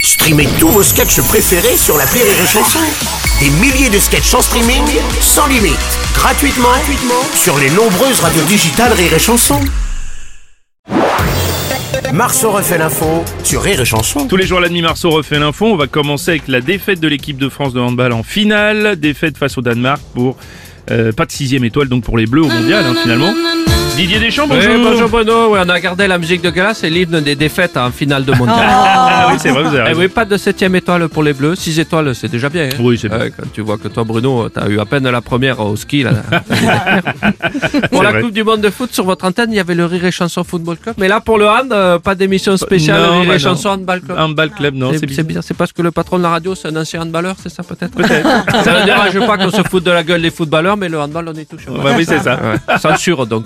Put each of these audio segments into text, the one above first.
Streamez tous vos sketchs préférés sur la Rire et Chanson. Des milliers de sketchs en streaming, sans limite, gratuitement, gratuitement sur les nombreuses radios digitales Rire et Chanson. Marceau refait l'info sur Rire et Chanson. Tous les jours à la demi-marceau refait l'info. On va commencer avec la défaite de l'équipe de France de handball en finale. Défaite face au Danemark pour euh, pas de sixième étoile donc pour les Bleus au mondial hein, finalement. Didier Deschamps, Oui, bonjour. Eh, bonjour Bruno, Oui, on a gardé la musique de Gala, c'est l'hymne des défaites en finale de mondial. Ah oui, c'est vrai, vous avez Eh raison. oui, pas de septième étoile pour les bleus, six étoiles c'est déjà bien. hein. Oui, c'est bien. Ouais, quand tu vois que toi Bruno, t'as eu à peine la première au ski. Là. pour C'est la vrai. Coupe du Monde de foot, sur votre antenne, il y avait le Rire et Chanson Football Club. Mais là pour le hand, euh, pas d'émission spéciale Non, Rire bah et non. Chanson Handball Club. Handball club, non, C'est- c'est c'est bizarre. bizarre, c'est parce que le patron de la radio, c'est un ancien handballeur, c'est ça peut-être Peut-être. Ça ne dérange pas qu'on se foute de la gueule des footballeurs, mais le handball, on est touché. Bah oui, c'est ça. Ouais, Censure donc.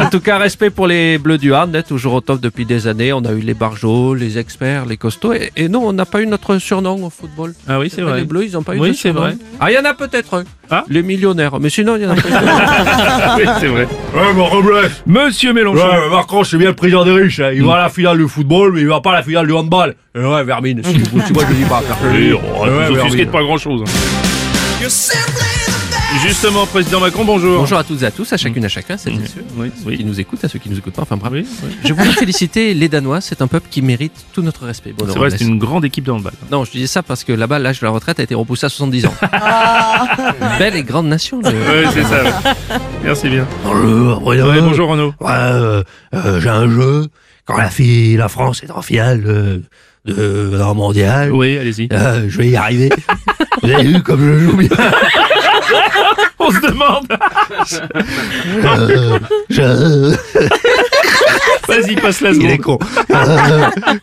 en tout cas, respect pour les Bleus du Hand, hein, toujours au top depuis des années. On a eu les Barjots, les experts, les costauds. Et, et non, on n'a pas eu notre surnom au football. Ah oui, c'est vrai. Les Bleus, ils n'ont pas eu Oui, de c'est surnom. vrai. Ah, il y en a peut-être un. Ah. les millionnaires. Mais sinon, il y en a pas. eu. Ah oui, c'est vrai. Ouais, bon, Robles. Monsieur Ouais, Mélenchon. mais Macron, c'est bien le président des riches. hein. Il va à la finale du football, mais il va pas à la finale du handball. Et Euh, ouais, Vermine, si, vous- si moi je dis pas, personne. Oui, Ouais, on va vous Vermine. offusquer de pas grand chose. Justement, président Macron, bonjour. Bonjour à toutes et à tous, à chacune à chacun, c'est bien sûr. Oui, Ceux qui Mmh. oui. nous écoutent, à ceux qui nous écoutent pas. Enfin, bravo. Oui, oui. Je voulais féliciter les Danois. C'est un peuple qui mérite tout notre respect. Bruno C'est vrai, Robles. c'est une grande équipe de handball. Non, je disais ça parce que là-bas, l'âge de la retraite a été repoussé à 70 ans. Une Belle et grande nation. le- Oui, c'est ça. ouais. Merci bien. Bonjour, Bruno. Ouais, bonjour Renaud. Ouais, euh, euh, j'ai un jeu. Quand la, fille, la France est en finale de, de, d'un mondial, Oui, allez-y. euh, je vais y arriver. Vous avez vu comme je joue bien. On se demande. Euh, je, Vas-y, passe la il est seconde. con. Euh,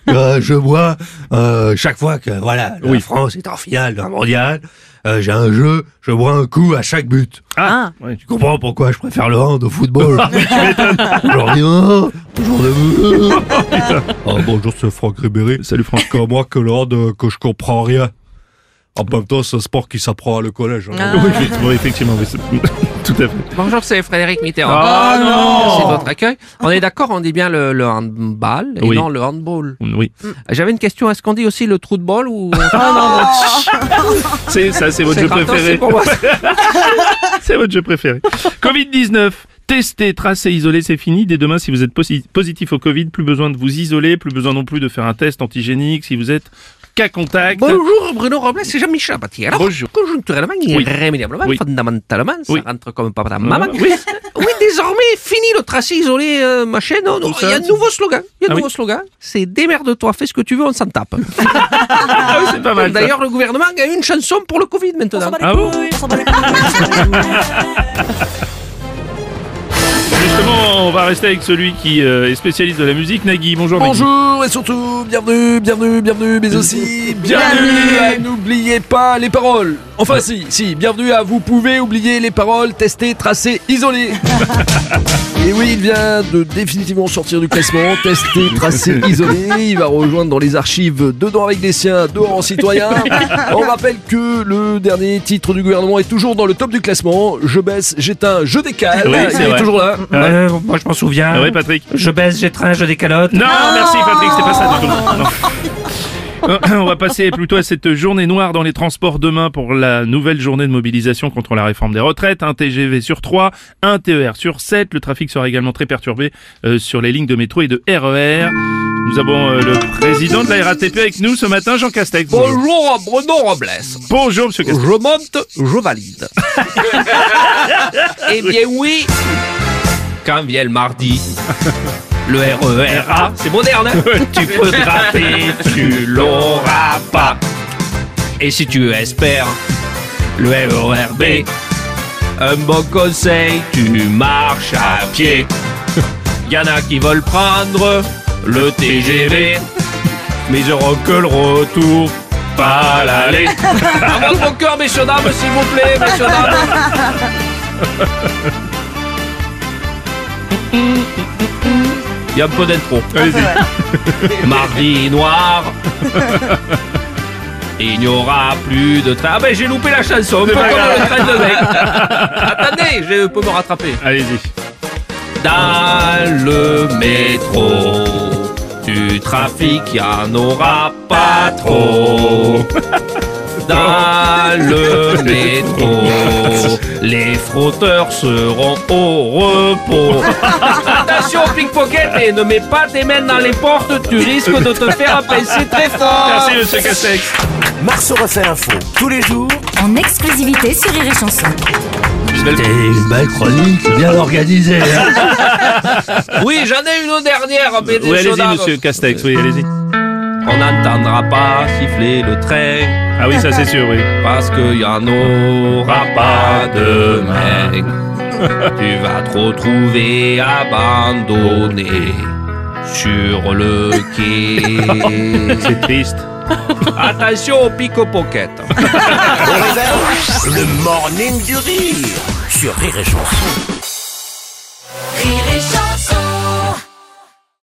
euh, je bois euh, chaque fois que voilà, la France est en finale d'un mondial. euh, j'ai un jeu, je bois un coup à chaque but. Ah, ouais. Tu comprends pourquoi je préfère le hand au football Ah, Aujourd'hui, oh, toujours debout. Ah, bonjour, c'est Franck Ribéry. Salut Franck. Que moi, que le hand, euh, que je comprends rien. En même temps, c'est un sport qui s'apprend à le collège. hein. Oui, effectivement, effectivement, oui, c'est- tout à fait. Bonjour, c'est Frédéric Mitterrand. Ah Merci de votre accueil. On est d'accord, on dit bien le, le handball et Oui. non le handball. Oui, J'avais une question, est-ce qu'on dit aussi le trou de bol ou... c'est ça, c'est votre jeu gratos, c'est préféré. pour moi. C'est votre jeu préféré. Covid-19, tester, tracer, isoler, c'est fini. Dès demain, si vous êtes posi- positif au Covid, plus besoin de vous isoler, plus besoin non plus de faire un test antigénique si vous êtes cas contact. Bonjour Bruno Robles, c'est Jean-Michel Apathy. Alors, Bonjour. conjoncturellement, Oui. irrémédiablement, Oui. fondamentalement, ça Oui. rentre comme papa dans Ah, maman. oui. Oui, désormais, fini le tracé isolé, euh, machin. Non, non, Tout ça, il y a un c'est- nouveau slogan. Il y a Ah un oui. nouveau slogan. C'est démerde-toi, fais ce que tu veux, on s'en tape. Ah oui, c'est pas mal. ça. D'ailleurs, le gouvernement a une chanson pour le Covid maintenant. Ah bon Justement, on va rester avec celui qui euh, est spécialiste de la musique, Nagui. Bonjour. Nagui. Bonjour et surtout bienvenue, bienvenue, bienvenue, mais aussi bienvenue à n'oubliez pas les paroles. Enfin si, si, bienvenue à vous pouvez oublier les paroles, tester, tracer, isoler. et oui, il vient de définitivement sortir du classement, tester, tracer, isoler. Il va rejoindre dans les archives dedans avec des siens, dehors en citoyen. On rappelle que le dernier titre du gouvernement est toujours dans le top du classement. Je baisse, j'éteins, je décale. Oui, c'est il est vrai. toujours là. Euh, moi, je m'en souviens. Ah oui, Patrick. Je baisse, j'étreins, je décalote. Non, merci Patrick, c'est pas ça du tout. Non. On va passer plutôt à cette journée noire dans les transports demain pour la nouvelle journée de mobilisation contre la réforme des retraites. Un TGV sur 3, un TER sur 7. Le trafic sera également très perturbé euh, sur les lignes de métro et de RER. Nous avons euh, le président de la RATP avec nous ce matin, Jean Castex. Bonjour à Bruno Robles. Bonjour, monsieur Castex. Je monte, je valide. Eh bien oui Quand vient le mardi, le RERA, c'est moderne hein Tu peux te rater, tu l'auras pas. Et si tu espères le RERB, un bon conseil, tu marches à pied. Y en a qui veulent prendre le TGV, mais ils auront que le retour, pas l'aller. À votre cœur, messieurs dames, s'il vous plaît, messieurs dames. Il y a un peu d'intro. Mardi noir. Il n'y aura plus de train. Ah ben j'ai loupé la chanson. Un peu pas comme grave. le train de mai. Attendez, je peux me rattraper. Allez-y. Dans le métro, du trafic, y en aura pas trop. Dans le métro, les frotteurs seront au repos. Attention pickpocket et ne mets pas tes mains dans les portes, tu risques de te faire apaiser très fort. Merci, monsieur Cassex. Marceau refait l'info tous les jours En exclusivité sur Rire et Chanson. T'es une belle chronique, bien organisée. hein. Oui, j'en ai une dernière, mais des Oui, allez-y, sodas. monsieur Castex, oui, allez-y. On n'entendra pas siffler le train. Ah oui, ça c'est sûr, oui. parce qu'il y en aura pas demain. tu vas te retrouver abandonné sur le quai. C'est triste. Attention au pickpocket. Au réveil, le morning du rire sur Rire et Chanson.